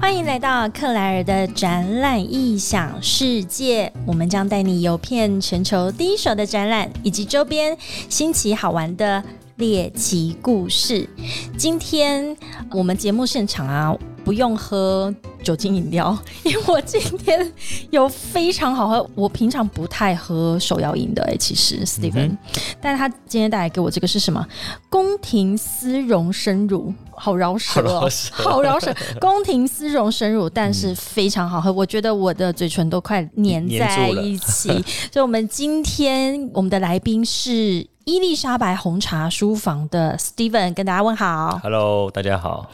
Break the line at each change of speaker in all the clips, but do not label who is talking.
欢迎来到克莱尔的展览异想世界，我们将带你游遍全球第一手的展览以及周边新奇好玩的猎奇故事。今天呃我们节目现场啊，不用喝酒精饮料，因为我今天有非常好喝，我平常不太喝手摇饮的哎、其实 Steven，、但
嗯
是他今天带来给我这个是什么？宫廷丝绒生乳，好饶舌、
好
哦
饶，舌嗯
好饶 舌。宫廷丝绒生乳，但是非常好喝，我觉得我的嘴唇都快粘在一起。 所以，我们今天我们的来宾是伊丽莎白红茶书房的 Steven，跟大家问好。
Hello，大家好。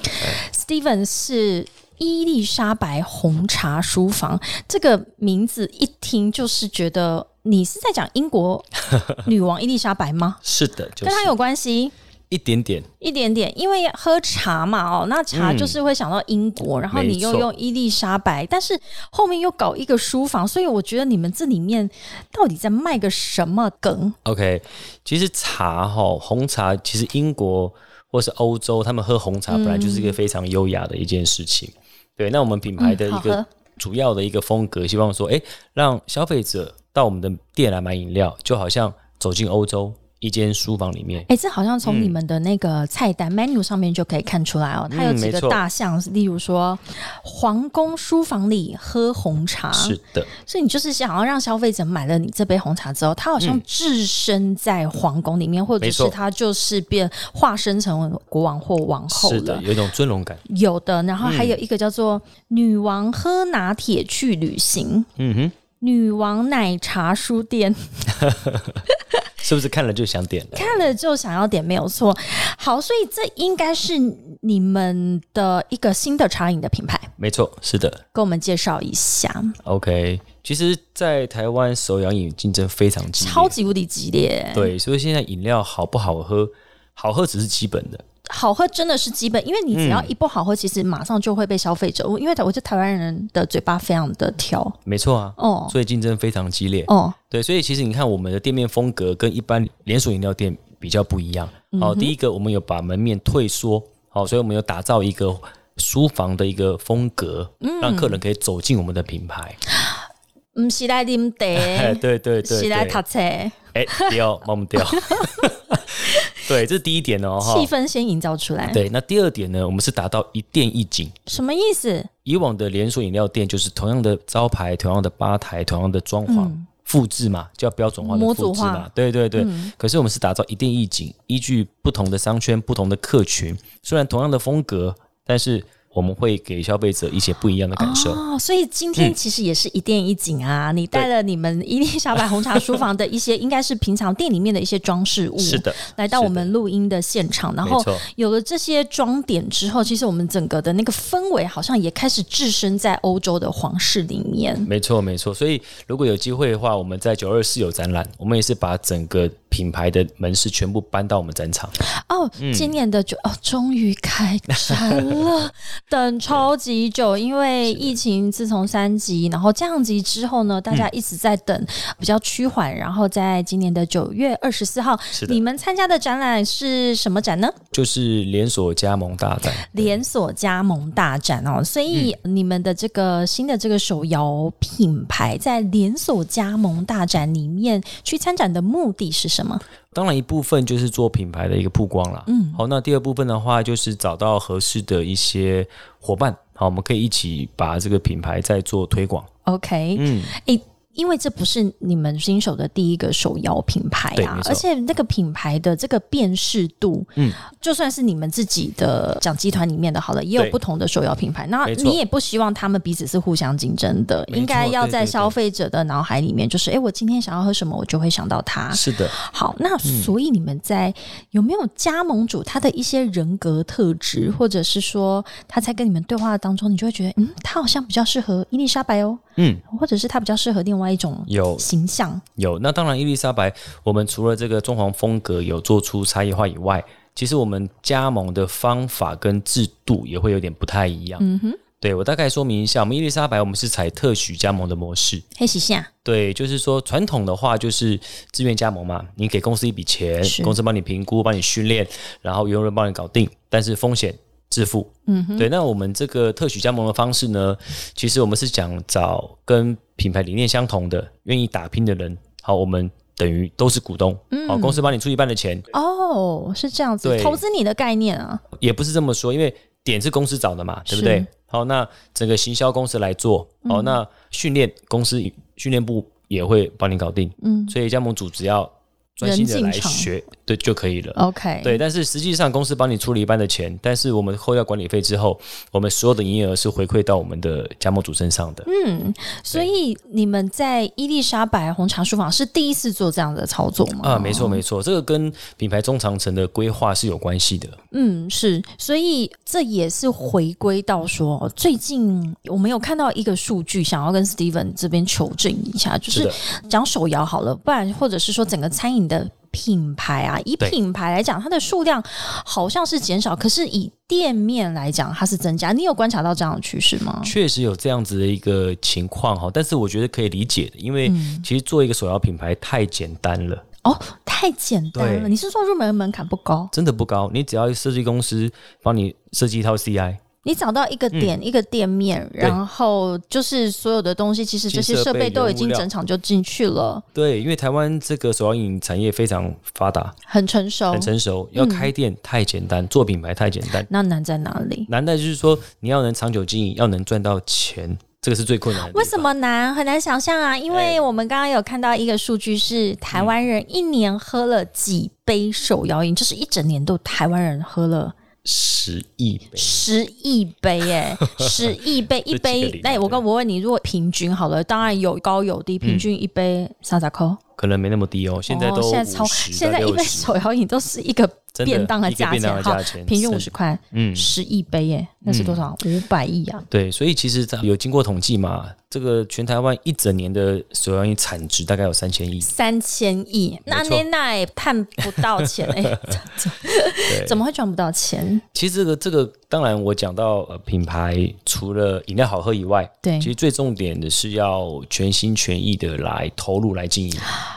Steven 是伊丽莎白红茶书房这个名字，一听就是觉得你是在讲英国女王伊丽莎白 吗？
是的，就
跟
是
她有关系？
一点点，
一点点，因为喝茶嘛，哦，那茶就是会想到英
嗯
国，然后你又
没错
用伊丽莎白，但是后面又搞一个书房，所以我觉得你们这里面到底在卖个什么梗？
OK，其实茶哈，红茶其实英国或是欧洲，他们喝红茶本来就是一个非常优雅的一件事情。对，那我们品牌的
嗯
一
好
个
喝
主要的一个风格，希望说，哎、让消费者到我们的店来买饮料，就好像走进欧洲一间书房里面。
哎、这好像
嗯
从你们的那个菜单、menu 上面就可以看出来哦，它有几
嗯没
个
错
大项，例如说皇宫书房里喝红茶，
是的，
所以你就是想要让消费者买了你这杯红茶之后，他好像置身在皇宫里面，或者
嗯没
是
错
他就是变化身成为国王或王后
是
了
的，。有嗯一种尊荣感。
有的，然后还有一个叫做“女王喝拿铁去旅行”，
嗯哼，
女王奶茶书店，
是不是看了就想点了？
看了就想要点，没有错。好，所以这应该是你们的一个新的茶饮的品牌，
没错，是的。
跟我们介绍一下，
OK，其实，在台湾手摇饮竞争非常激烈，
超级无敌激烈，
对，所以现在饮料好不好喝，好喝只是基本的，
好喝真的是基本，因为你只
嗯
要一不好喝，其实马上就会被消费者，因为我觉得台湾人的嘴巴非常的挑，
没错啊。
哦
所以竞争非常激烈，
哦，
对，所以其实你看我们的店面风格跟一般连锁饮料店比较不一样。
嗯
好、第一个我们有把门面退缩，好、所以我们有打造一个书房的一个风格，
嗯
让客人可以走进我们的品牌。
唔是嗯来啉
哎，
茶，
对对对
是
对，
来读册，
哎，掉，帮我们 掉。对，这是第一点哦，哈
气。氛先营造出来，
对，那第二点呢，我们是达到一店一景。
什么意思？
以往的连锁饮料店就是同样的招牌、同样的吧台、同样的装潢，复制嘛，叫标准化
嗯
的
模
复
组
制
化嗯
嘛。对对对。可是我们是打造一定一景，依据不同的商圈、不同的客群，虽然同样的风格，但是我们会给消费者一些不一样的感受。
哦，所以今
嗯
天其实也是一店一景啊！你带了你们伊丽莎白红茶书房的一些，应该是平常店里面的一些装饰物，
是的，
来到我
是的
们录音的现场，然后
没错
有了这些装点之后，其实我们整个的那个氛围好像也开始置身在欧洲的皇室里面。
没错没错。所以如果有机会的话，我们在九二四有展览，我们也是把整个品牌的门市全部搬到我们展场。
哦，
嗯
今年的就哦，终于开展 了，等超级久，因为疫情自从三级，然后降级之后
嗯
呢，大家一直在等比较趋缓，然后在今年的九月二十四号，
是的嗯
你们参加的展览是什么展呢？
就是连锁加盟大展。
连锁加盟大展哦，所以
嗯
你们的这个新的这个手摇品牌在连锁加盟大展里面去参展的目的是什么？
当然，一部分就是做品牌的一个曝光啦。嗯，好，那第二部分的话，就是找到合适的一些伙伴，好，我们可以一起把这个品牌再做推广。
OK，嗯，诶、因为这不是你们新手的第一个手摇品牌
对
啊
没，错
而且那个品牌的这个辨识度，嗯，就算是你们自己的讲集团里面的，好了，也有
对
不同的手摇品牌，那
没错
你也不希望他们彼此是互相竞争的，
没错
应该要
对对
在
对
消费者的脑海里面，就是，诶、我今天想要喝什么，我就会想到它。
是的，
好，那
嗯
所以你们在、有没有加盟主他的一些人格特质，
嗯
或者是说他在跟你们对话当中，你就会觉得，嗯，他好像比较适合伊丽莎白哦，
嗯，
或者是他比较适合另外一种
有
形象，
有。那当然，伊丽莎白，我们除了这个装潢风格有做出差异化以外，其实我们加盟的方法跟制度也会有点不太一样。嗯哼，对我大概说明一下，我们伊丽莎白，我们是采特许加盟的模式。
黑喜下
对，就是说传统的话就是自愿加盟嘛，你给公司一笔钱
是，
公司帮你评估、帮你训练，然后有人帮你搞定，但是风险致富。
嗯哼，
对，那我们这个特许加盟的方式呢，其实我们是想找跟品牌理念相同的、愿意打拼的人。好，我们等于都是股东。
嗯
好，公司帮你出一半的钱，
哦，是这样子，
对
投资你的概念啊，
也不是这么说，因为点是公司找的嘛，对不对
是？嗯
好，那整个行销公司来做，好，那训练公司训练部也会帮你搞定。
嗯
所以加盟主只要专心的
人进
来
场
学，对就可以了。
，OK，
对，但是实际上公司帮你出了一半的钱，但是我们扣掉管理费之后，我们所有的营业额是回馈到我们的加盟主身上的。
嗯，所以你们在伊丽莎白红茶书房是第一次做这样的操作吗？
啊，没错没错，这个跟品牌中长程的规划是有关系的。
嗯，是，所以这也是回归到说，最近我们有看到一个数据，想要跟 Steven 这边求证一下，就是是
的，
讲手摇好了，不然或者是说整个餐饮的品牌啊，以
对
品牌来讲，它的数量好像是减少，可是以店面来讲，它是增加。你有观察到这样的趋势吗？
确实有这样子的一个情况哈，但是我觉得可以理解的，因为
嗯
其实做一个手摇品牌太简单了。
哦，太简单了。
对
你是说入门门槛不高？
真的不高，你只要设计公司帮你设计一套 CI，
你找到一
嗯
个点、一个店面，然后就是所有的东西，其实这些
新设
设备
备
都已
原
经
物料
整场就进去了，
对，因为台湾这个手摇饮产业非常发达，
很成熟。
很成熟，
嗯
要开店太简单，做品牌太简单，
那难在哪里？
难在就是说你要能长久经营，要能赚到钱，这个是最困难的。
为什？么难？很难想象
哎
啊！因为我们刚刚有看到一个数据是，台湾人一年喝了几杯手摇饮，就是一整年度台湾人喝了
十亿杯，
十亿杯、 耶，十亿杯一
这几个
杯
礼。拜
那我跟我问你，如果平均好了，当然有高有低，平均一杯三十扣，
可能没那么低哦，现在都
哦、现在
五
超，
十，
现在一杯手摇饮都是一个
真
便当的
一个
价
便当
钱，
的
好
价，钱，
平均
真
五十块，
嗯，
十亿杯耶，那是多少？五百亿啊！
对，所以其实有经过统计嘛，这个全台湾一整年的手摇饮产值大概有三千亿，
三千亿，那
没错
那那也探不到钱 哎、
对
怎么会赚不到钱？
其实这个这个，当然我讲到呃品牌，除了饮料好喝以外，
对
其实最重点的是要全心全意的来投入来经营。
啊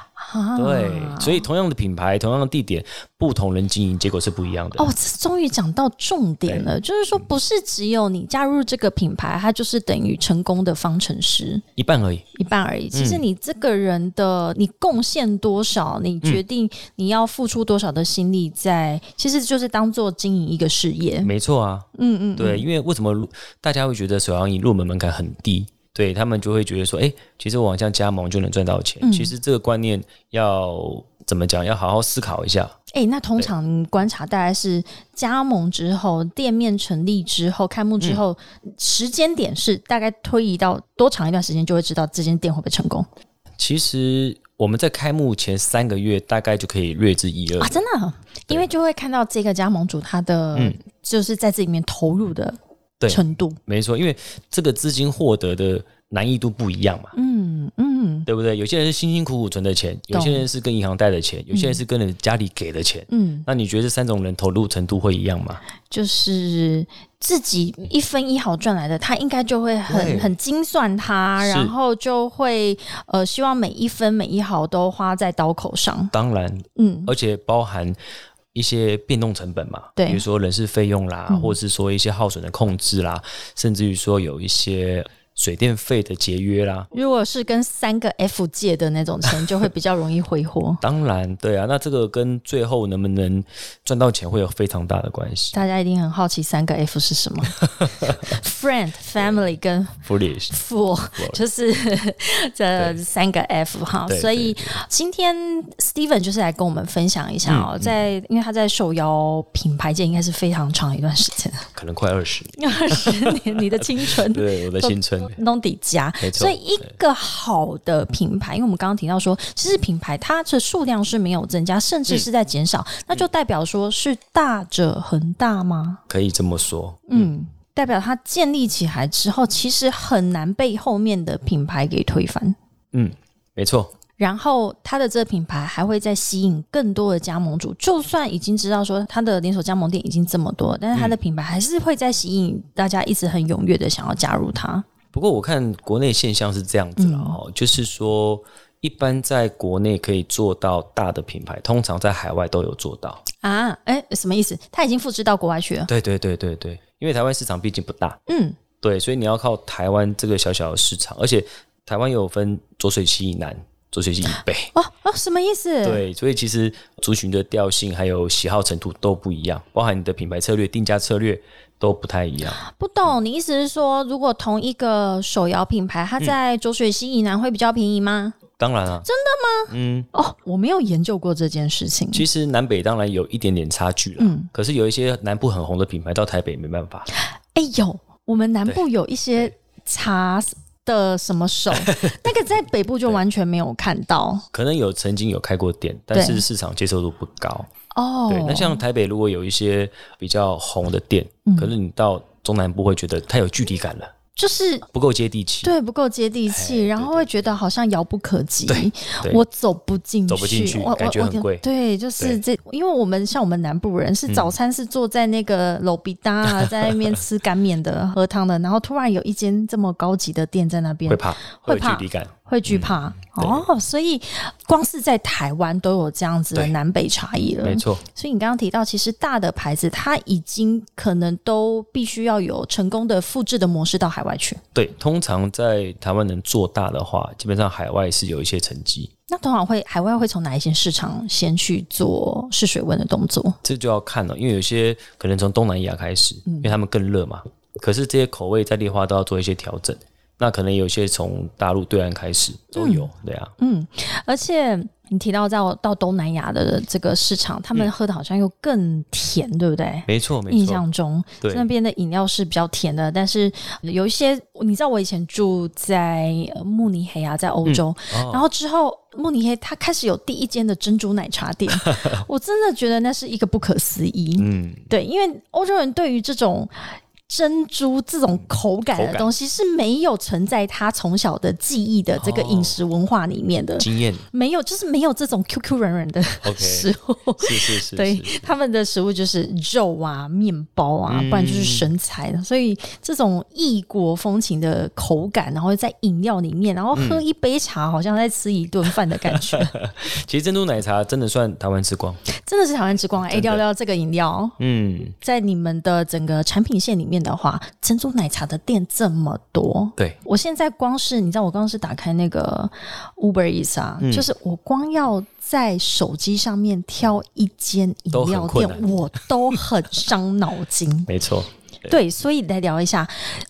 对，所以同样的品牌，同样的地点，不同人经营，结果是不一样的。
哦，这终于讲到重点了，就是
嗯
说不是只有你加入这个品牌，它就是等于成功的方程式
一半而已。
一半而已。其
嗯
实你这个人的你贡献多少，你决
嗯
定你要付出多少的心力在，其实就是当做经营一个事业。
没错啊，
嗯嗯，
对，因为为什么入大家会觉得手摇饮入门门槛很低？对他们就会觉得说，哎、其实我往下加盟就能赚到
嗯
钱。其实这个观念要怎么讲？要好好思考一下。
哎、那通常观察大概是加盟之后、店面成立之后、开幕之
嗯
后，时间点是大概推移到多长一段时间，就会知道这间店会不会成功
其实我们在开幕前三个月，大概就可以略知一二
啊？。真的，因为就会看到这个加盟主他的、就是在这里面投入的
嗯对
程度。
没错，因为这个资金获得的难易度不一样嘛，
嗯嗯
对不对？有些人是辛辛苦苦存的钱，有些人是跟银行贷的钱，有些人是跟人家里给的钱。
嗯，
那你觉得这三种人投入程度会一样吗？
就是自己一分一毫赚来的，他应该就会很
对
很精算它，
是
然后就会呃希望每一分每一毫都花在刀口上。
当然，
嗯，
而且包含一些变动成本嘛，
对嗯
比如说人事费用啦，或者是说一些耗损的控制啦，甚至于说有一些水电费的节约啦。。
如果是跟三个 F 借的那种钱，就会比较容易挥霍
当然，对啊，那这个跟最后能不能赚到钱会有非常大的关系。
大家一定很好奇三个 F 是 什么？Friend、Family 跟
Foolish，
Fool，就是 这三个 F 哈。
对嗯
所以今天 Steven 就是来跟我们分享一下哦，在因为他在手摇品牌界应该是非常长一段时 间，
可能快 二十年，
二十年，你的青春。
对我的新春。
弄底加
没，错
所以一个好的品牌，因为我们刚刚提到说，其实品牌它的数量是没有增加，甚
嗯
至是在减少，那就代表说是大者恒大吗？
可以这么说，
嗯，代表它建立起来之后，其实很难被后面的品牌给推翻。
嗯，没错，
然后它的这个品牌还会再吸引更多的加盟主，就算已经知道说它的连锁加盟店已经这么多，但
嗯
是它的品牌还是会在吸引大家一直很踊跃的想要加入它。
不过我看国内现象是这样子了
嗯
哦，就是说，一般在国内可以做到大的品牌，通常在海外都有做到。
啊，哎，什么意思？他已经复制到国外去了。
对对对对对，因为台湾市场毕竟不大，
嗯，
对，所以你要靠台湾这个小小的市场，而且台湾有分浊水溪以南、浊水溪以北，
哦哦，什么意思？，
对，所以其实族群的调性还有喜好程度都不一样，包含你的品牌策略、定价策略都不太一样。
不懂你意思是说，如果同一个手摇品牌，它
嗯
在浊水溪以南会比较便宜吗？
当然啊，真的吗？嗯，
哦，我没有研究过这件事情。
其实南北当然有一点点差距了，可是有一些南部很红的品牌到台北没办法，
哎有，我们南部有一些茶的什么 手，那个在北部就完全没有看到
可能有曾经有开过店，但是市场接受度不高。
哦。
对，那像台北如果有一些比较红的店，
嗯
可是你到中南部会觉得太有距离感了，
就是
不够接地气。
对不够接地气，
哎
然后会觉得好像遥不可及，
对
我走不进去，
走不进去
我我
感觉很
我
贵嗯
对，就是这，因为我们像我们南部人是早餐是坐在那个楼比搭 啊，在那边吃干面的、喝汤的，然后突然有一间这么高级的店在那边
会，嗯怕，
会
会有距
怕
离感。
会惧怕、哦。所以光是在台湾都有这样子的
对
南北差异了
没。错，
所以你刚刚提到，其实大的牌子它已经可能都必须要有成功的复制的模式到海外去。
对，通常在台湾能做大的话，基本上海外是有一些成绩，
那通常会海外会从哪一些市场先去做试水温的动作？
这就要看了，因为有些可能从东南亚开始，
嗯
因为他们更热嘛。可是这些口味在地化都要做一些调整，那可能有些从大陆对岸开始都有，
嗯
对啊，
而且你提到到到东南亚的这个市场，他们喝的好像又更甜，对不对？
没错没
印
错，
象中
对
那边的饮料是比较甜的，但是呃有一些你知道，我以前住在呃慕尼黑啊，在欧洲，
嗯哦
然后之后慕尼黑它开始有第一间的珍珠奶茶 店，我真的觉得那是一个不可思议。
嗯，
对，因为欧洲人对于这种珍珠这种口感
口
的
感
东西是没有存在他从小的记忆的这个
哦
饮食文化里面的，
经验
没有，就是没有这种 QQ 软软的
OK，
食物。
是是是，
对
是是嗯
他们的食物就是肉啊、面包啊，不然就是生菜的。所以这种异国风情的口感，然后在饮料里面，然后喝一杯茶，好像在吃一顿饭的感 觉，
其实珍珠奶茶真的算台湾之光，
真的是台湾之光。哎，
真的
聊聊这个饮料，
嗯，
在你们的整个产品线里面的话，珍珠奶茶的店这么多。
对，
我现在光是你知道，我刚是打开那个 Uber Eats 啊，
嗯
就是我光要在手机上面挑一间饮
都
料
很困
店，
难。
我都很伤脑筋
没错，
对，所以来聊一下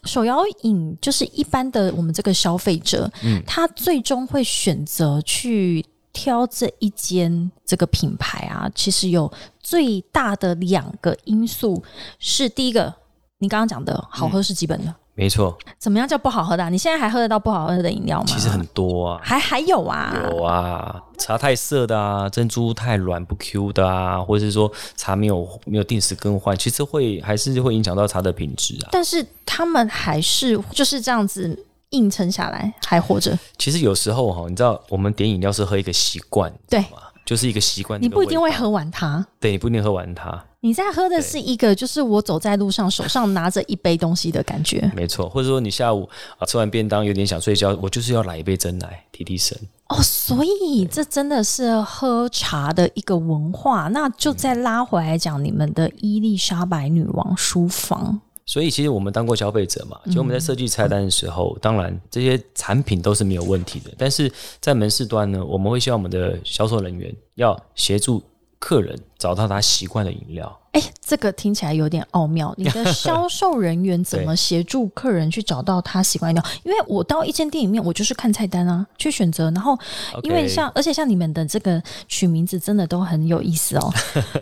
手摇饮，就是一般的我们这个消费者，
嗯
他最终会选择去挑这一间这个品牌啊，其实有最大的两个因素是第一个，你刚刚讲的好喝是基本的，
没错，
怎么样叫不好喝的啊、你现在还喝得到不好喝的饮料吗？
其实很多啊。
还还有啊，
有啊，茶太涩的啊，珍珠太软不 Q 的啊，或者是说茶没有没有定时更换，其实会还是会影响到茶的品质啊。
但是他们还是就是这样子硬撑下来，还活着。
其实有时候哈，你知道我们点饮料是喝一个习惯
对
嘛，就是一个习惯。
你
那个
不一定
味
会
道，
喝完它，
对你不一定喝完它，
你在喝的是一个，就是我走在路上手上拿着一杯东西的感觉。
没错。或者说你下午、啊、吃完便当有点想睡觉，我就是要来一杯真奶提提神。
哦，所以这真的是喝茶的一个文化。那就再拉回来讲，你们的伊丽莎白女王书房，
所以其实我们当过消费者嘛，其实我
嗯
们在设计菜单的时候，当然这些产品都是没有问题的，但是在门市端呢，我们会希望我们的销售人员要协助客人找到他习惯的饮料。
哎，这个听起来有点奥妙。你的销售人员怎么协助客人去找到他喜欢的？因为我到一间店里面，我就是看菜单啊，去选择。然后，因为
OK，
像而且像你们的这个取名字真的都很有意思 哦，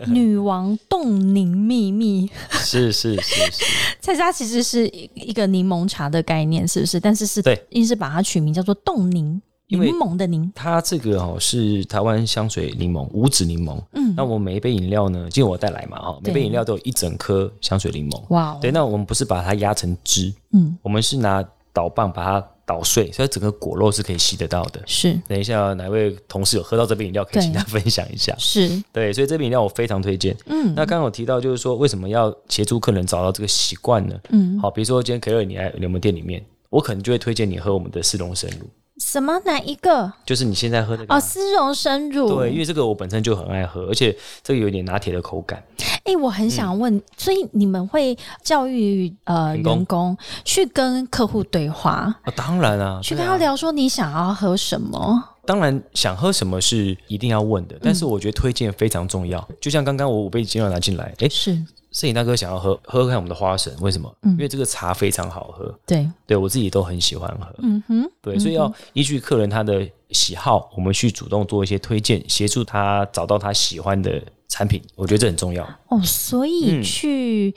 女王冻柠秘密。
是是是 是，
菜渣其实是一个柠檬茶的概念，是不是？但是是
对，
硬是把它取名叫做冻柠，柠
因为
檬的柠。
它这个哦是台湾香水柠檬五指柠檬，嗯，那我们每一杯饮料呢，今天我带来嘛哈，每杯饮料都有一整颗香水柠檬，
哇哦，
对，那我们不是把它压成汁，
嗯，
我们是拿导棒把它捣碎，所以整个果肉是可以吸得到的。
是
等一下，哪位同事有喝到这杯饮料，可以请他分享一下。
是，
对，所以这杯饮料我非常推荐。嗯，那刚刚有提到，就是说为什么要协助客人找到这个习惯呢？嗯，好，比如说今天可乐你来我们店里面，我可能就会推荐你喝我们的四龙生乳，
什么哪一个？
就是你现在喝的、
哦，丝绒生乳。
对，因为这个我本身就很爱喝，而且这个有点拿铁的口感。
哎、哎、我很想问，所以你们会教育呃
嗯员工
员工去跟客户对话，
啊，当然啊，
去
对
跟
啊
他聊说你想要喝什么？
当然，想喝什么是一定要问的，但是我觉得推荐非常重要。就像刚刚我我被金鸟拿进来，诶，
是
摄影大哥想要喝喝喝看我们的花神，为什么？
嗯
因为这个茶非常好喝，
对，
对我自己都很喜欢喝。
嗯哼，
对，所以要依据客人他的喜好，我们去主动做一些推荐，协助他找到他喜欢的产品，我觉得这很重要。
哦，所以
嗯
去。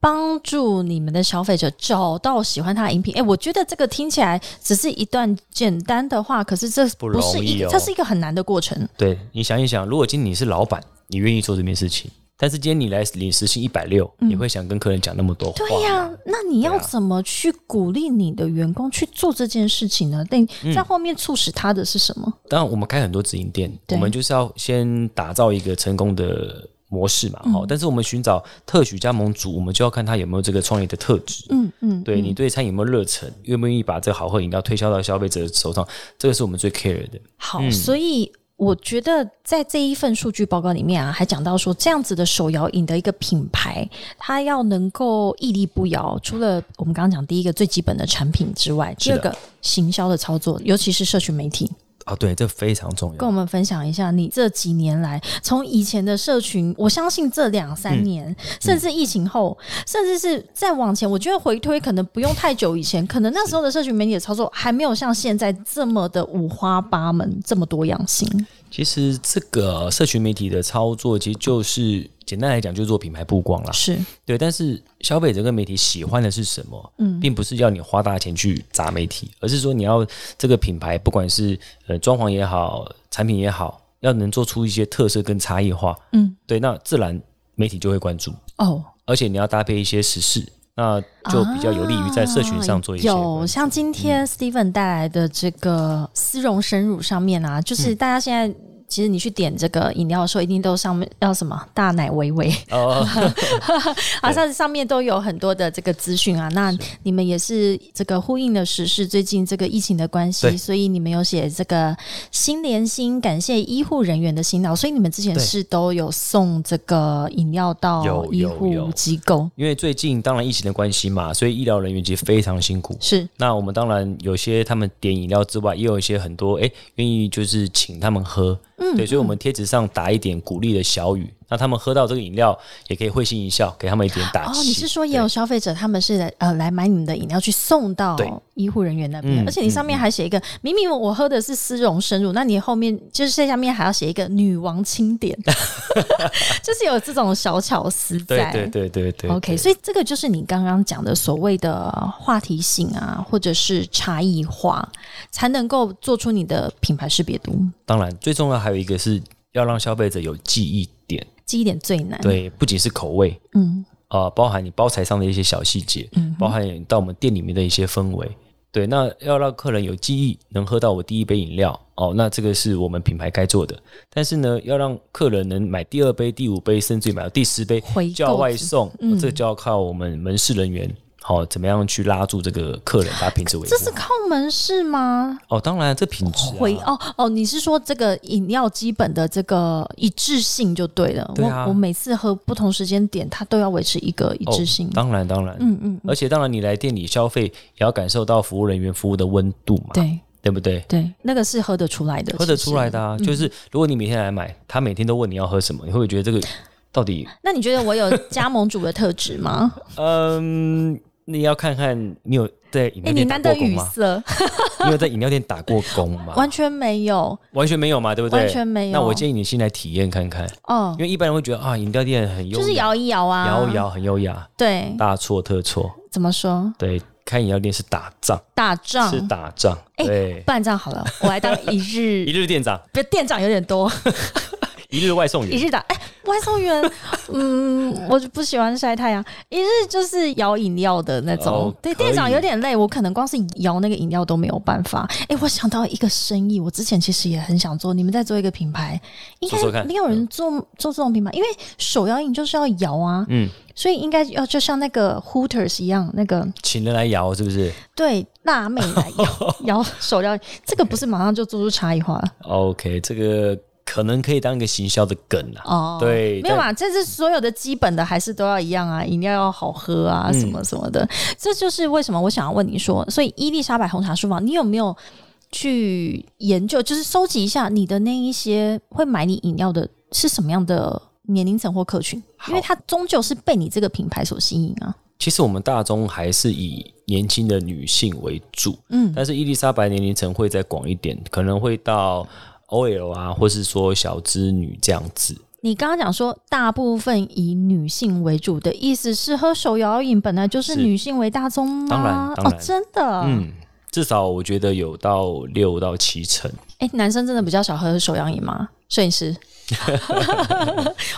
帮助你们的消费者找到喜欢他的饮品，哎、我觉得这个听起来只是一段简单的话，可是这
不
不是
容
一
易
个，
哦
这是一个很难的过程。
对你想一想，如果今天你是老板，你愿意做这件事情，但是今天你来领时薪一百六，你会想跟客人讲那么多话吗？
嗯对哎呀、那你要
对啊
怎么去鼓励你的员工去做这件事情呢？但
嗯
在后面促使他的是什么？
当然，我们开很多直营店，
对
我们就是要先打造一个成功的模式
嗯
嘛。好、但是我们寻找特许加盟主，我们就要看他有没有这个创业的特质。
嗯嗯，
对你对餐饮有没有热忱，愿不愿意把这个好喝饮料推销到消费者手上，这个是我们最 care 的。
好，所以。我觉得在这一份数据报告里面啊，还讲到说这样子的手摇饮的一个品牌，它要能够屹立不摇。除了我们刚刚讲第一个最基本的产品之外，第
是
二
的
个行销的操作，尤其是社群媒体，
啊，对，这非常重
跟
要。
我们分享一下你这几年来，从以前的社群，我相信这两三年，
嗯
甚至疫情后，甚至是再往前，我觉得回推可能不用太久以前，可能那时候的社群媒体的操作还没有像现在这么的五花八门，这么多样性。
其实这个社群媒体的操作，其实就是简单来讲，就是做品牌曝光啦。
是，
对，但是消费者跟媒体喜欢的是什么？嗯，并不是要你花大钱去砸媒体，而是说你要这个品牌，不管是呃装潢也好，产品也好，要能做出一些特色跟差异化。
嗯，
对，那自然媒体就会关注，
哦，
而且你要搭配一些时事，那就比较有利于在社群上做一些嗯
啊
关注、
有像今天 Steven 带来的这个丝绒生乳上面啊，
嗯
就是大家现在。其实你去点这个饮料的时候，一定都上面要什么大奶维维，
哦，
好像上面都有很多的这个资讯啊。那你们也是这个呼应的时事，最近这个疫情的关系，
对
所以你们有写这个心连心，感谢医护人员的辛劳。所以你们之前
对
是都有送这个饮料到
有
医
有
护
有
机构，
因为最近当然疫情的关系嘛，所以医疗人员其实非常辛苦。
是
那我们当然有些他们点饮料之外，也有一些很多哎愿意就是请他们喝，嗯，对，所以我们贴纸上打一点鼓励的小语，那他们喝到这个饮料也可以会心一笑，给他们一点打
哦，
气。
你是说也有消费者他们是来呃来买你们的饮料去送到
对
医护人员那边，
嗯
而且你上面还写一个，明明我喝的是丝绒生乳，那你后面就是在下面还要写一个女王清 点， 就是有这种小巧思
对
在。
对对对对对
OK，所以这个就是你刚刚讲的所谓的话题性啊，或者是差异化，才能够做出你的品牌识别度。
当然最重要还有一个是要让消费者有记忆点，
这一点最难。，
对，不仅是口味，
嗯，
啊，包含你包材上的一些小细节，包含你到我们店里面的一些氛围。对，那要让客人有记忆，能喝到我第一杯饮料哦，那这个是我们品牌该做的。但是呢，要让客人能买第二杯、第五杯，甚至于买到第十杯
回购，嗯
叫外送，哦这就要靠我们门市人员，好、怎么样去拉住这个客人，把品质维护
这。是靠门市吗？
哦，当然这品质、啊、
回哦哦，你是说这个饮料基本的这个一致性就对了。
对啊
我我每次喝不同时间点，它都要维持一个一致性。
哦、当然当然，嗯嗯，而且当然你来店里消费，也要感受到服务人员服务的温度嘛，
对
对不对？
对，那个是喝得出来的，嗯
喝得
其实
出来。的啊，就是如果你每天来买，他每天都问你要喝什么，你会不会觉得这个到底？
那你觉得我有加盟主的特质吗？
嗯，你要看看 你有在饮
哎、
料
你
店打
难得
过工
语
吗？啊
塞，
你有在饮料店打过工吗？
完全没有
完全没有嘛，对不对？
完全没有
那我建议你先来体验看看，
哦
因，为一般人会觉得啊，饮料店很优
就是
雅，
摇一摇啊，
摇一。摇很优雅，
对，
大错特错。
怎么说？
对，开饮料店是打仗，
打仗。
是打仗。
哎
对，
不然这样好了，我来当一
一
日。
日店长，
不，店长有点多，
一日外送
一
员。
日打哎、外送员， 嗯，我就不喜欢晒太阳。一日就是摇饮料的那种，
哦
对
可以
店长有点累，我可能光是摇那个饮料都没有办法。哎、我想到一个生意，我之前其实也很想做，你们在做一个品牌，应
说说
该
看
没有人做嗯做这种品牌，因为手摇饮就是要摇啊，
嗯，
所以应该要就像那个 Hooters 一样，那个
请人来摇是不是
对辣 妹来摇摇手摇饮，这个不是马上就做出差异化了？
？OK，这个。可能可以当一个行销的梗啊啦。
哦，
对
没有嘛，这是所有的基本的还是都要一样啊，饮料要好喝啊，
嗯
什么什么的，这就是为什么我想要问你说，所以伊丽莎白红茶书房，你有没有去研究，就是收集一下你的那一些会买你饮料的是什么样的年龄层或客群？因为它终究是被你这个品牌所吸引啊。
其实我们大宗还是以年轻的女性为主，
嗯，
但是伊丽莎白年龄层会再广一点，可能会到 OL 啊，或是说小资女这样子。
你刚刚讲说大部分以女性为主的意思是喝手摇饮本来就是
是
女性为大宗吗？
当然当
哦，
然
真的，嗯。
嗯，至少我觉得有到六到七成。
哎、男生真的比较少喝手摇饮吗？摄影 师，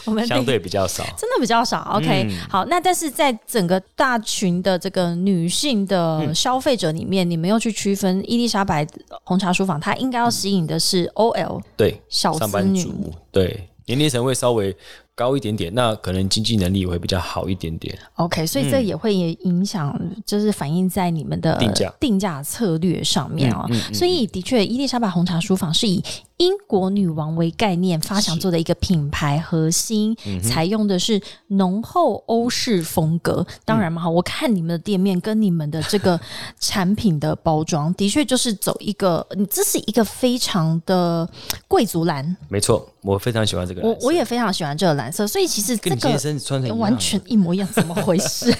我们
相对嗯比较少。
真的比较少。OK，、好，那但是在整个大群的这个女性
嗯
的消费者里面，你没有去区分伊丽莎白红茶书房，它应该要吸引的是 OL
对，
小
上
资
班
女。
族对年龄层会稍微高一点点，那可能经济能力也会比较好一点点。
OK，所以这也会也影响，就是反映在你们的
嗯定价嗯
定价策略上面哦。所以的确，伊丽莎白红茶书房是以英国女王为概念发想做的一个品牌核心，
嗯
采用的是浓厚欧式风格。
嗯
当然嘛，我看你们的店面跟你们的这 个产品的包装，的确就是走一个，你这是一个非常的贵族蓝。
没错，我非常喜欢这个
我
蓝色，
我也非常喜欢这个蓝色，所以其实这
跟你今
个
天身子穿成一样
完全一模一样，怎么回 事？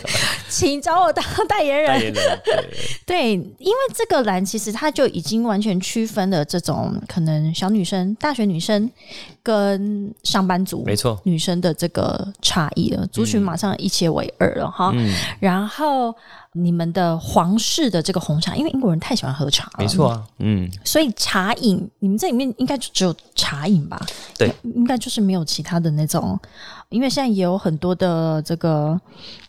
请找我当代言
代
人。
言人，对
对，因为这个蓝其实它就已经完全区分了这种可能小女生、大学女生跟上班族
没错，嗯
女生的这个差异了，族群马上一切为二了哈。然后你们的皇室的这个红茶，因为英国人太喜欢喝茶了，
没错啊，嗯，
所以茶饮，你们这里面应该就只有茶饮吧？
对，
应该就是没有其他的那种，因为现在也有很多的这个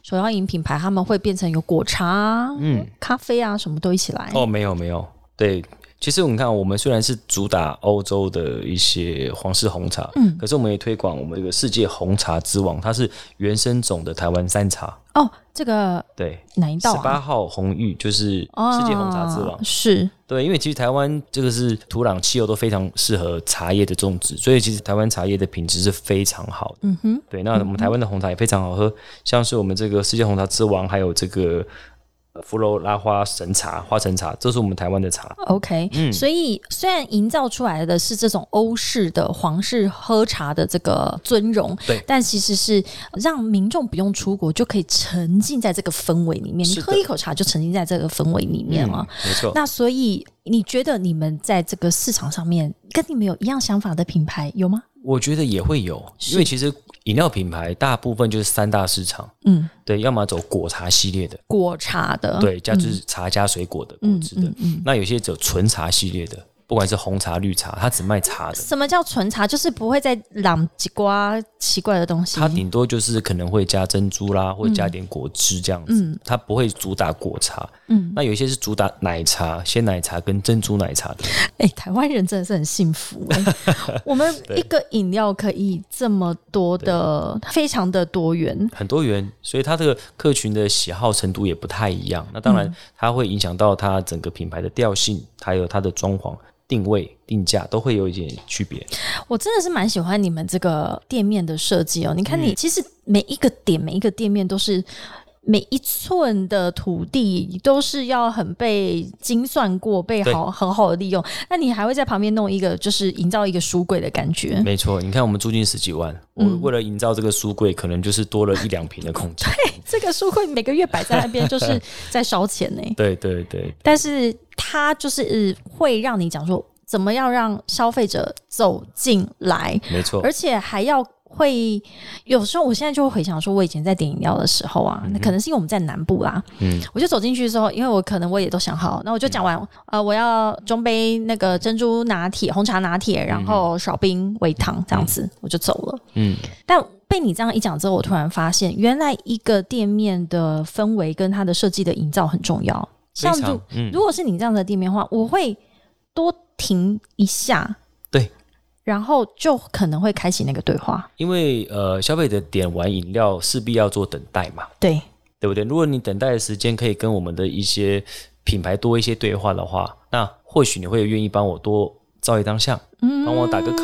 手摇饮品牌，他们会变成有果茶、嗯、咖啡啊，什么都一起来。
哦，没有没有，对。其实你看，我们虽然是主打欧洲的一些皇室红茶，嗯，可是我们也推广我们这个世界红茶之王，它是原生种的台湾山茶，
哦，这个
对，
哪一道
十
啊？
八号红玉就是
哦，
世界红茶之王，
是
对，因为其实台湾这个是土壤气候都非常适合茶叶的种植，所以其实台湾茶叶的品质是非常好的。嗯哼，对，那我们台湾的红茶也非常好喝，像是我们这个世界红茶之王，还有这个呃佛罗拉花神茶、花神茶，这是我们台湾的茶。
OK，、所
嗯
以虽然营造出来的是这种欧式的皇室喝茶的这个尊荣，
对
但其实是让民众不用出国就可以沉浸在这个氛围里面，你
是的嗯
喝一口茶就沉浸在这个氛围里面了。
没错。
那所以你觉得你们在这个市场上面跟你们有一样想法的品牌有吗？
我觉得也会有，因为其实饮料品牌大部分就是三大市场，
嗯，
对，要么走果茶系列的，
果茶的，
对，加就是茶加水果的、
嗯
果汁的。那有些走纯茶系列的，不管是红茶、绿茶，它只卖茶的。
什么叫纯茶？就是不会再朗几瓜奇怪的东西。
它顶多就是可能会加珍珠啦，或者加点果汁这样子，
嗯
它不会主打果茶。嗯，那有一些是主打奶茶、鲜奶茶跟珍珠奶茶的。
哎、台湾人真的是很幸福、 哎我们一个饮料可以这么多的，非常的多元。
很多元，所以它这个客群的喜好程度也不太一样。那当然，它会影响到它整个品牌的调性，还有它的装潢、定位、定价都会有一点区别。
我真的是蛮喜欢你们这个店面的设计哦。你看你，
嗯
其实每一个点、每一个店面都是。每一寸的土地都是要很被精算过，被
对
好很好的利用。那你还会在旁边弄一个，就是营造一个书柜的感觉。
没错，你看我们租金十几万，我为了营造这个书柜，可能就是多了一两平的空间。
这个书柜每个月摆在那边，就是在烧钱欸呢、
对对对，
但是它就是呃会让你讲说，怎么样让消费者走进来，
没错。
而且还要会。有时候我现在就会回想说，我以前在点饮料的时候啊，那可能是因为我们在南部啦，
嗯
我就走进去的时候，因为我可能我也都想好，那我就讲完，呃，我要中杯那个珍珠拿铁、红茶拿铁，然后少冰微糖这样子，我就走了。
嗯，
但被你这样一讲之后，我突然发现，原来一个店面的氛围跟它的设计的营造很重要。
非
像如
常嗯
如果是你这样的店面的话，我会多停一下，
对，
然后就可能会开启那个对话。
因为呃，消费者点完饮料势必要做等待嘛，
对，
对不对？如果你等待的时间可以跟我们的一些品牌多一些
嗯
对话的话，那或许你会愿意帮我多照一张相，帮我打个卡。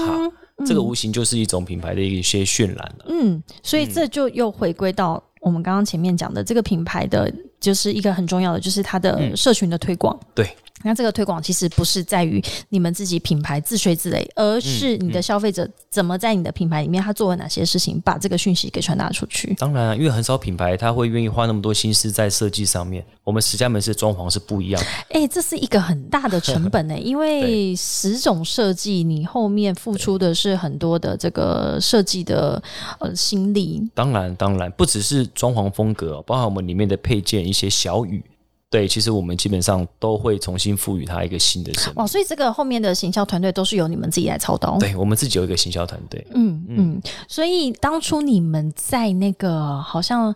这个无形就是一种品牌的一些渲染了、
嗯，所以这就又回归到我们刚刚前面讲的这个品牌的，就是一个很重要的，就是它的社群的推广。
嗯对，
那这个推广其实不是在于你们自己品牌自吹自擂，而
嗯
是你的消费者怎么在你的品牌里面，他做了哪些事情，把这个讯息给传达出去。
当然、啊，因为很少品牌他会愿意花那么多心思在设计上面。我们十家门市装潢是不一样的，
哎、这是一个很大的成本呢、因为十种设计，你后面付出的是很多的这个设计的呃心力。
当然，当然，不只是装潢风格哦、包含我们里面的配件一些小语，对，其实我们基本上都会重新赋予它一个新的生命。
哇，所以这个后面的行销团队都是由你们自己来操刀。
对我们自己有一个行销团队，
嗯嗯，所以当初你们在那个好像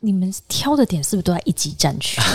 你们挑的点是不是都在一级战区啊？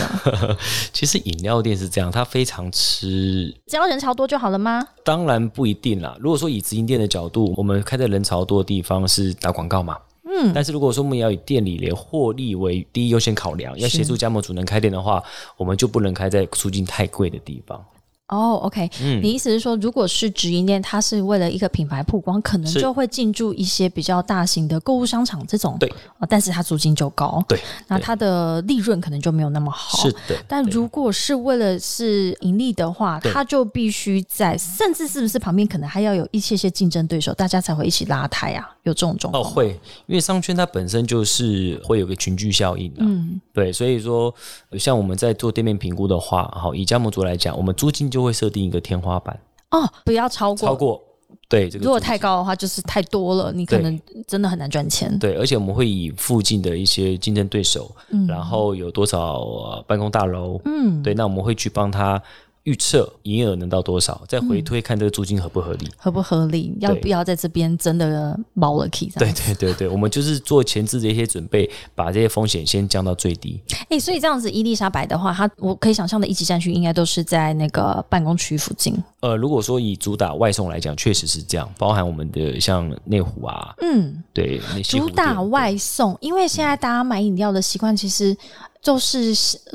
其实饮料店是这样，它非常吃
只要人潮多就好了吗？
当然不一定啦。如果说以直营店的角度，我们开在人潮多的地方是打广告嘛。嗯，但是如果说我们要以店里的获利为第一优先考量，要协助加盟主能开店的话，我们就不能开在出境太贵的地方。
哦、o k
嗯
你意思是说，如果是直营店，它是为了一个品牌曝光，可能
是
就会进驻一些比较大型的购物商场这种，
对
哦，但是它租金就高，
对，
那
对
它的利润可能就没有那么好，
是的。
但
对
如果是为了是盈利的话，
对
它就必须在，甚至是不是旁边可能还要有一些些竞争对手，大家才会一起拉抬啊？有这种状
哦，
况吗？
会，因为商圈它本身就是会有个群聚效应啊。嗯，对，所以说呃像我们在做店面评估的话，好，以加盟主来讲，我们租金就会设定一个天花板，
哦，不要超过，
超过对这个
如果
租
太高的话，就是太多了，你可
对
能真的很难赚钱。
对，而且我们会以附近的一些竞争对手，
嗯
然后有多少、呃、办公大楼，嗯，对，那我们会去帮他预测营业额能到多少，再
嗯
回推看这个租金合不合理。
合不合理？要
对
不要在这边真的毛了 key 这
对
样？
对对对，我们就是做前置的一些准备，把这些风险先降到最低。
哎、所以这样子，伊丽莎白的话，她我可以想象的一级战区应该都是在那个办公区附近。
呃，如果说以主打外送来讲，确实是这样，包含我们的像内湖啊，
嗯，
对，嗯那西湖
主打
店
外送，因为现在大家买饮料的习惯其实就是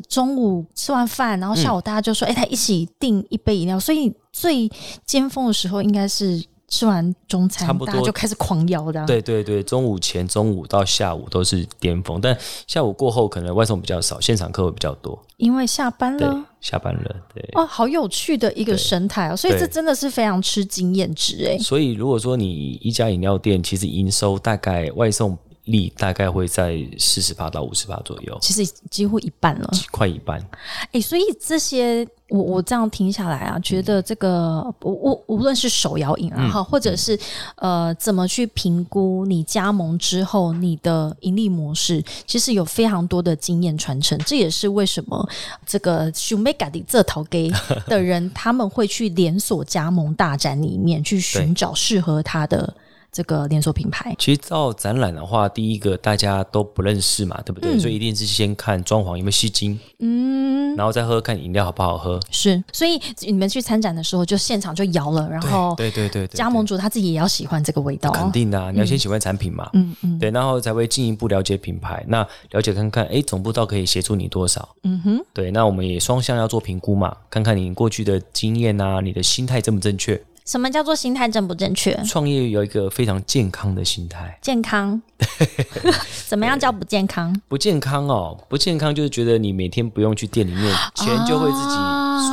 中午吃完饭，然后下午
嗯
大家就说，哎、他一起订一杯饮料。所以最尖峰的时候应该是吃完中餐
差，不
大
多
家就开始狂摇的、，
对对对，中午前、中午到下午都是巅峰，但下午过后可能外送比较少，现场客会比较多。
因为下班
对
了。，
下班了，对。
哦，好有趣的一个生态哦，所以
对
这真的是非常吃经验值哎。
所以如果说你一家饮料店，其实营收大概外送率大概会在四十八到五十八左右，
其实几乎一半了，
快一半。
哎、所以这些我我这样听下来啊，觉
嗯
得这个我我无论是手摇饮啊，哈、或
嗯
者是呃怎么去评估你加盟之后你的盈利模式，其实有非常多的经验传承，这也是为什么这个 s h u m e g a 的这头给的人， 他们会去连锁加盟大展里面去寻找适合他的这个连锁品牌。
其实到展览的话，第一个大家都不认识嘛，对不对？所以一定是先看装潢有没有吸睛，嗯，然后再喝看饮料好不好喝。
是，所以你们去参展的时候，就现场就摇了，然后
对对对对，
加盟主他自己也要喜欢这个味道，哦
肯定啊，你要先喜欢产品嘛，嗯嗯，对，然后才会进一步了解品牌，那了解看看，哎，总部到可以协助你多少，嗯哼，对，那我们也双向要做评估嘛，看看你过去的经验啊，你的心态正不正确，
什么叫做心态正不正确？
创业有一个非常健康的心态。
健康，怎么样叫不健康？
不健康哦，不健康就是觉得你每天不用去店里面，钱就会自己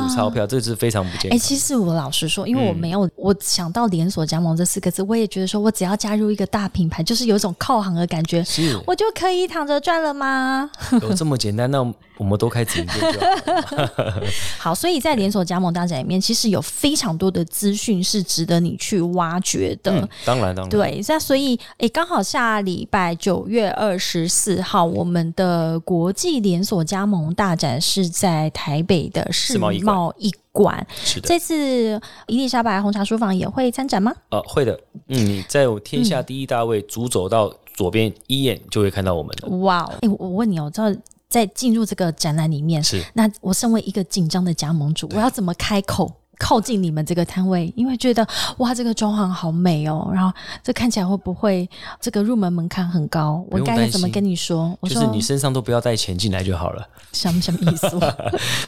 数钞票，这是非常不健
啊哎、
康。
其实我老实说，因为我没有、我想到连锁加盟这四个字，我也觉得说我只要加入一个大品牌，就是有一种靠行的感觉，
是
我就可以躺着赚了吗？
有这么简单，那我们都开直营店就好了。
好，所以在连锁加盟大展里面，其实有非常多的资讯是值得你去挖掘的。
嗯当然，当然，
对，那所以诶，刚好下礼拜九月二十四号，我们的国际连锁加盟大展是在台北的世
世贸一馆
贸一馆。
是的，
这次伊丽莎白红茶书房也会参展吗？
呃，会的。嗯，你在我天下第一大位，主走到左边一眼就会看到我们了。
哇哦！诶，我我问你哦，知道在进入这个展览里面，
是
那我身为一个紧张的加盟主，我要怎么开口靠近你们这个摊位，因为觉得哇，这个装潢好美哦，然后这看起来会不会这个入门门槛很高？
不
我
用
该
担
怎么
心
跟你说？我
就
说
是你身上都不要带钱进来就好了。
什么什么意 思？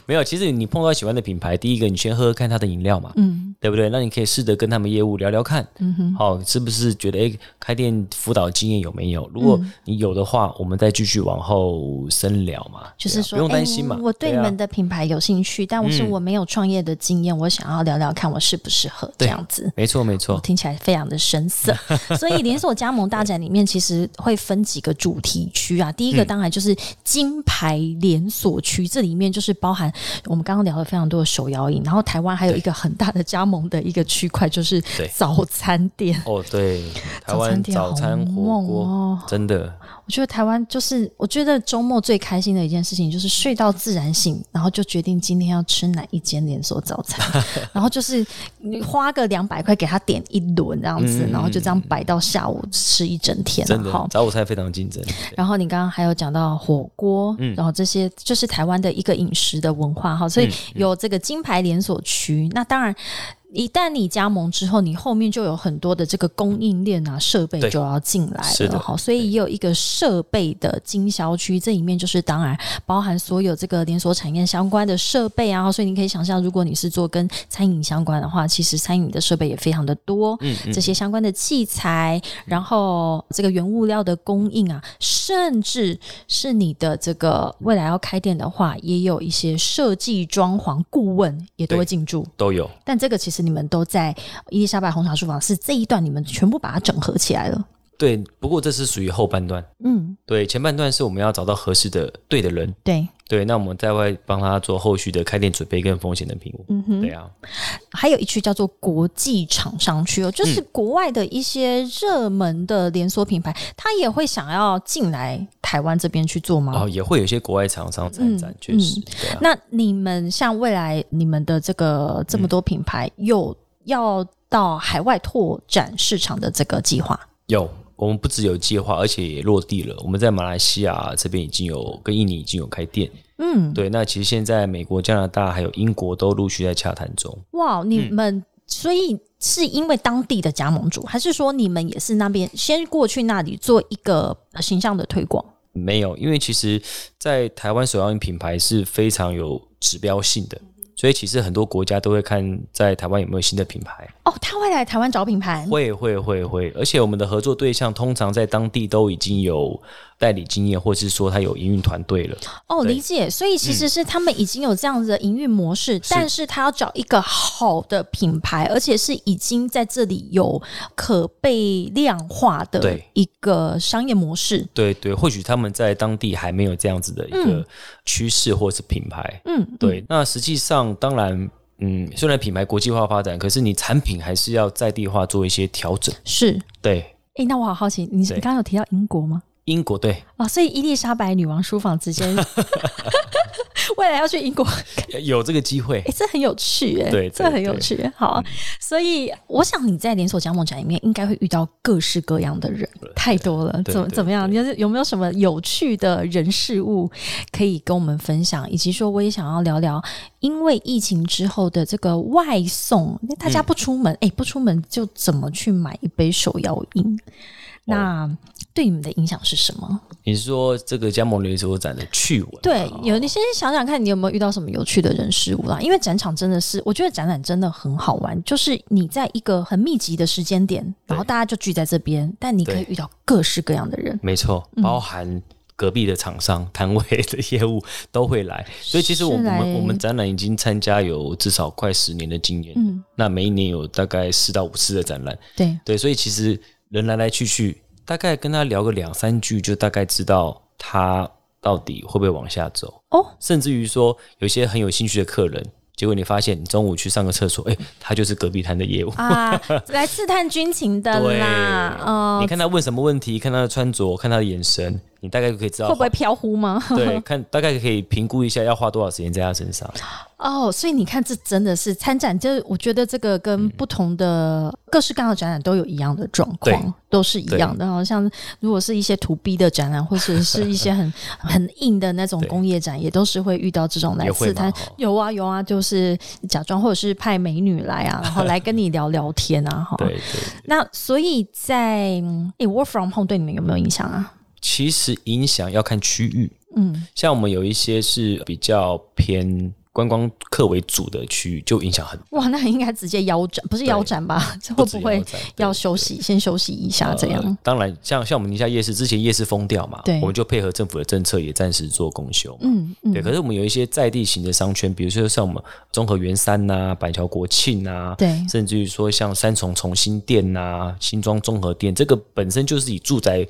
没有，其实你碰到喜欢的品牌，第一个你先喝喝看它的饮料嘛，
嗯
对不对？那你可以试着跟他们业务聊聊看，
嗯哼，
好、是不是觉得诶开店辅导经验有没有？如果
嗯
你有的话，我们再继续往后深聊嘛。
就是
对啊
说，
不用
哎
担心嘛。
我对你
啊嗯
们的品牌有兴趣，但我是我没有创业的经验，我想要聊聊看我适不适合这
对
样子。
没错没
我
错，
听起来非常的生 涩。所以连锁加盟大展里面，其实会分几个主题区
嗯
啊。第一个当然就是金牌连锁区，这里面就是包含我们刚刚聊了非常多的手摇饮，然后台湾还有一个很大的加盟的一个区块就是
对
早餐店。
哦对，台
早餐
湾
店
早
好
餐火
猛
锅、
哦！
真的
我觉得台湾就是，我觉得周末最开心的一件事情就是睡到自然醒，然后就决定今天要吃哪一间连锁早餐， 然后就是你花个两百块给他点一轮这样
嗯
子，然后就这样摆到下午吃一整天
真
了
的
哈。
早午餐非常竞争。
然后你刚刚还有讲到火锅，
嗯
然后这些就是台湾的一个饮食的文化哈，所以
嗯
有这个金牌连锁区。那当然，一旦你加盟之后，你后面就有很多的这个供应链啊、设备
对
就要进来
是
了
的
哈，所以也有一个设备的经销区，这里面就是当然包含所有这个连锁产业相关的设备啊，所以你可以想象，如果你是做跟餐饮相关的话，其实餐饮的设备也非常的多，
嗯
这些相关的器材，然后这个原物料的供应啊，甚至是你的这个未来要开店的话，也有一些设计装潢顾问也都会
对
进驻。
都有，
但这个其实你们都在伊丽莎白红茶书房是这一段，你们全部把它整合起来了。
对，不过这是属于后半段，
嗯，
对，前半段是我们要找到合适的对的人，
对，
对，那我们再外帮他做后续的开店准备跟风险的评估，
嗯哼
对。啊，
还有一区叫做国际厂商区哦，就是国外的一些热门的连锁品牌，它也会想要进来台湾这边去做吗？
然后也会有一些国外厂商
嗯
参展，确实，对啊。
那你们像未来你们的这个这么多品牌，有要到海外拓展市场的这个计划？
有，我们不只有计划，而且也落地了。我们在马来西亚这边已经有跟印尼已经有开店，
嗯，
对。那其实现在美国、加拿大还有英国都陆续在洽谈中。
哇，你们、所以是因为当地的加盟主，还是说你们也是那边先过去那里做一个呃形象的推广？
没有，因为其实，在台湾手摇饮品牌是非常有指标性的，所以其实很多国家都会看在台湾有没有新的品牌。
哦，他会来台湾找品牌，
会会会会，而且我们的合作对象通常在当地都已经有代理经验，或是说他有营运团队了。
哦，
对嗯
理解。所以其实是他们已经有这样子的营运模式，但是他要找一个好的品牌，而且是已经在这里有可被量化的
对
一个商业模式。
对对，或许他们在当地还没有这样子的一个趋势或是品牌。
嗯，
对，那实际上当然，嗯，虽然品牌国际化发展，可是你产品还是要在地化做一些调整。
是。
对，
诶，那我好好奇，你你
对
刚刚有提到英国吗？
英国对
哦，所以伊丽莎白女王书房直接 未来要去英国，哎、
有这个机会。
这很有趣哎、
对
这
对
很有
对嗯
趣。好，啊所以我想你在连锁加盟展里面应该会遇到各式各样的人，太多了。
对
怎么
对
怎么样？你就是有没有什么有趣的人事物可以跟我们分享？以及说，我也想要聊聊，因为疫情之后的这个外送，那大家
嗯
不出门，哎、不出门就怎么去买一杯手摇饮？
哦
那对你们的影响是什么？
你是说这个加盟连锁展的啊趣闻？
对，有你先想想看，你有没有遇到什么有趣的人事物啦？因为展场真的是，我觉得展览真的很好玩，就是你在一个很密集的时间点，然后大家就聚在这边，但你可以
对
遇到各式各样的人。
没错，
嗯
包含隔壁的厂商、摊位的业务都会 来，所以其实我我
是来
们我们展览已经参加有至少快十年的经验，
嗯
那每一年有大概四到五次的展览，
对，
对，所以其实人来来去去，大概跟他聊个两三句，就大概知道他到底会不会往下走。
哦，
甚至于说有些很有兴趣的客人，结果你发现你中午去上个 厕所，哎、他就是隔壁摊的业务。
啊， 来刺探军情的
对
啦，，
你
哦，
看他问什么问题，看他的穿着，看他的眼神，你大概就可以知道
会不会飘忽吗？
对，看大概可以评估一下要花多少时间在他身上。
哦，所以你看，这真的是参展，就是我觉得这个
嗯
跟不同的各式各样的展览都有一样的状况
对，
都是一样的。好像如果是一些 to B 的展览，或 者是一些很很硬的那种
对
工业展，也都是会遇到这种来
也会
刺
吗
探
哦。
有啊有啊，就是假装或者是派美女来啊，然 后来跟你聊聊天啊，哈。
对对，
那所以在嗯诶、w o r k from home 对你们有没有影响啊？
其实影响要看区域，
嗯，
像我们有一些是比较偏观光客为主的区域，就影响很
哇，那应该直接腰斩，不是腰斩吧？这会
止
不会
腰斩对
要休息，先休息一下这样？
呃当然，像像我们宁夏夜市之前夜市封掉嘛
对，
我们就配合政府的政策，也暂时做公休嘛。
嗯嗯
对，可是我们有一些在地型的商圈，比如说像我们综合圆山呐、板桥国庆呐、
对
甚至于说像三重重新店呐、啊新庄综合店，这个本身就是以住宅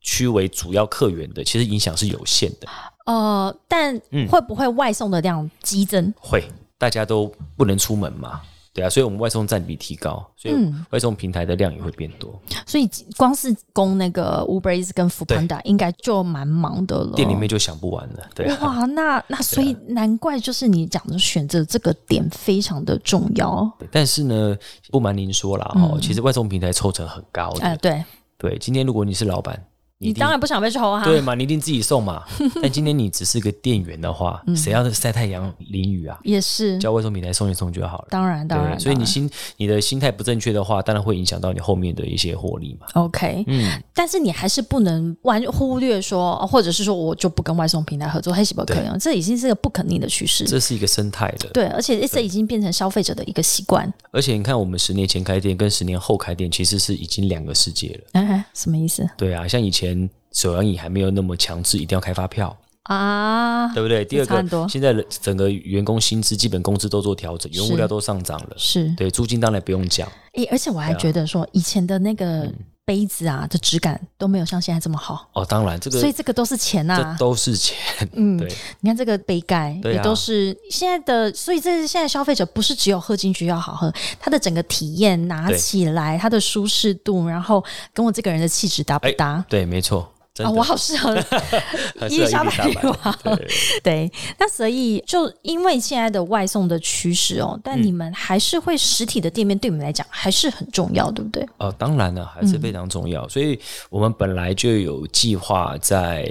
区为主要客源的，其实影响是有限的。
呃，但
嗯
会不会外送的量激增？
会，大家都不能出门嘛，对啊，所以我们外送占比提高，所以
嗯
外送平台的量也会变多，
所以光是供那个 Uber Eats 跟 f o o p a n d a 应该就蛮忙的了。
店里面就想不完了，对啊。
哇，那那所以难怪就是你讲的选择这个点非常的重要。
对但是呢，不瞒您说啦，哦，其实外送平台抽成很高的。
哎、嗯对
对，今天如果你是老板，
你
一定
当然不想被抽哈。
对嘛，你一定自己送嘛。但今天你只是个店员的话，
嗯
谁要晒太阳淋雨啊？
也是，
叫外送平台送一送就好了。
嗯当然当然。
对，所以
当
你
然
心你的心态不正确的话，当然会影响到你后面的一些获利嘛。
OK，嗯，但是你还是不能完忽略说，哦或者是说我就不跟外送平台合作，还是不可能，这已经是个不可逆的趋势。
这是一个生态的，
对，而且这已经变成消费者的一个习惯。
而且你看，我们十年前开店跟十年后开店，其实是已经两个世界了。
哎，什么意思
对啊，像以前手摇椅还没有那么强制一定要开发票，
啊？
对不对？第二
嗯差很多
个，现在人整个员工薪资、基本工资都做调整，原
是
物料都上涨了，
是，
对，啊租金当然不用讲。
诶，而且我还觉得说，以前的那
嗯
个杯子啊的质感都没有像现在这么好，
哦，当然这个
所以这个都是钱
这
啊。
都是钱，
嗯
对，
你看这个杯盖
对啊
也都是现在的，所以这是现在消费者不是只有喝进去要好喝，它的整个体验拿
对
起来，它的舒适度，然后跟我这个人的气质搭不
哎
搭。
对，没错，真
啊，
的
我好适合
很
伊
适
丽
合伊
莎
丽
白
莎
女王。
白。对
对，那所以就因为现在的外送的趋势哦，但你们还是会实体的店面，对你们来讲还是很重要，对不对？
哦，当然了，还是
嗯
非常重要。所以我们本来就有计划在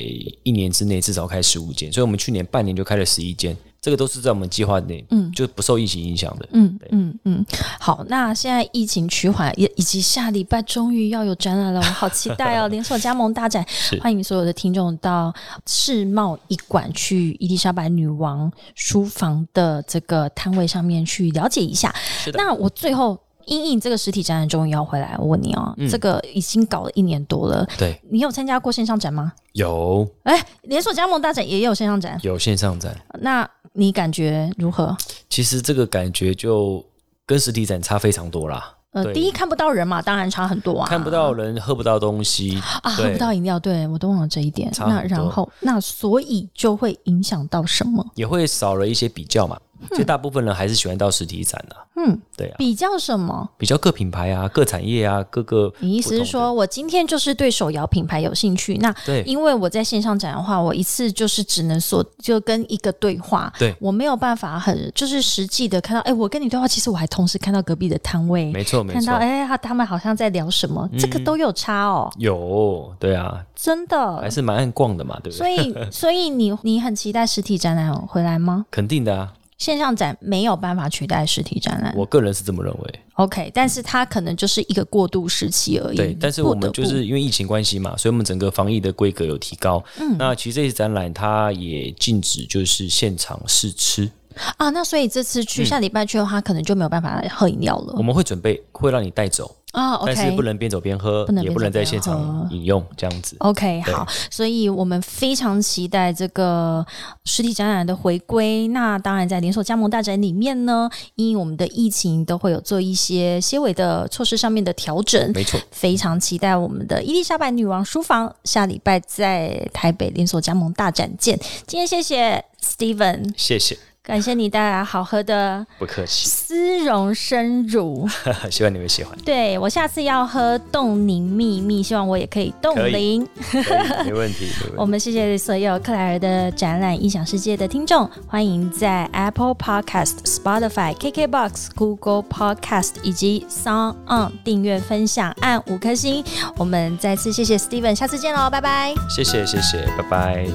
一年之内至少开十五间，所以我们去年半年就开了十一间，这个都是在我们计划内，嗯，就不受疫情影响的。
嗯嗯嗯，好，那现在疫情趋缓，也以及下礼拜终于要有展览 了，我好期待哦！连锁加盟大展，欢迎所有的听众到世贸一馆去伊丽莎白女王书房的这个摊位上面去了解一下。
是的
那我最后。因应这个实体展览终于要回来，我问你哦，
嗯
这个已经搞了一年多了，
对，
你有参加过线上展吗？
有
哎，连锁加盟大展也有线上展，
有线上展，
那你感觉如何？
其实这个感觉就跟实体展差非常多啦。
呃，
对
第一看不到人嘛，当然差很多啊，
看不到人，喝不到东西，
啊，
对
喝不到饮料，对我都忘了这一点。
差很
那然
多
后，那所以就会影响到什么？
也会少了一些比较嘛。就大部分人还是喜欢到实体展的、
嗯，
对啊，
比较什么？
比较各品牌啊、各产业啊、各个
你意思是
不同
说我今天就是对手摇品牌有兴趣？那
对
因为我在线上展的话，我一次就是只能所就跟一个对话，
对
我没有办法很就是实际的看到，哎，我跟你对话，其实我还同时看到隔壁的摊位
的，，没错没嗯
看到
错，
哎，他他们好像在聊什么，这个都有差哦，
有对啊，
真
还
的。
是蛮爱逛的嘛，对不
所
对？
以，所以你你很期待实体展览回来吗？
肯定的啊，
线上展没有办法取代实体展览
我个人是这么认为。
，OK，但是它可能就是一个过渡时期而已。
对，但是我们就
嗯不得
是因为疫情关系嘛，所以我们整个防疫的规格有提高。嗯，那其实这次展览它也禁止就是现场试吃，
不啊，那所以这次
嗯
去、下礼拜去的话，可能就没有办法喝饮料
我
了
们会准备会让你带走，
啊。
嗯但是
OK，
不能边走边喝
不能，
也
边
不能
走边
在现场
喝哦
饮用这样子。
OK，
对
好，所以我们非常期待这个实体展览的回归。那当然，在连锁加盟大展里面呢，因我们的疫情都会有做一些些微的措施上面的调整。
没错，
非常期待我们的伊丽莎白女王书房下礼拜在台北连锁加盟大展见。今天谢谢 Steven
谢谢，
感谢你带来好喝的
不客气，
丝绒生乳。
希望你们喜欢，
对我下次要喝冻柠蜜蜜，希望我也可以冻龄。
可以没问题，没
我
问题。
们谢谢所有克莱尔的展览异想世界的听众，欢迎在 Apple Podcast、Spotify、KKBox、Google Podcast 以及 Sound On 订阅、分享、按五颗星。我们再次谢谢 Steven，下次见喽，拜拜。
谢谢，谢谢，拜拜。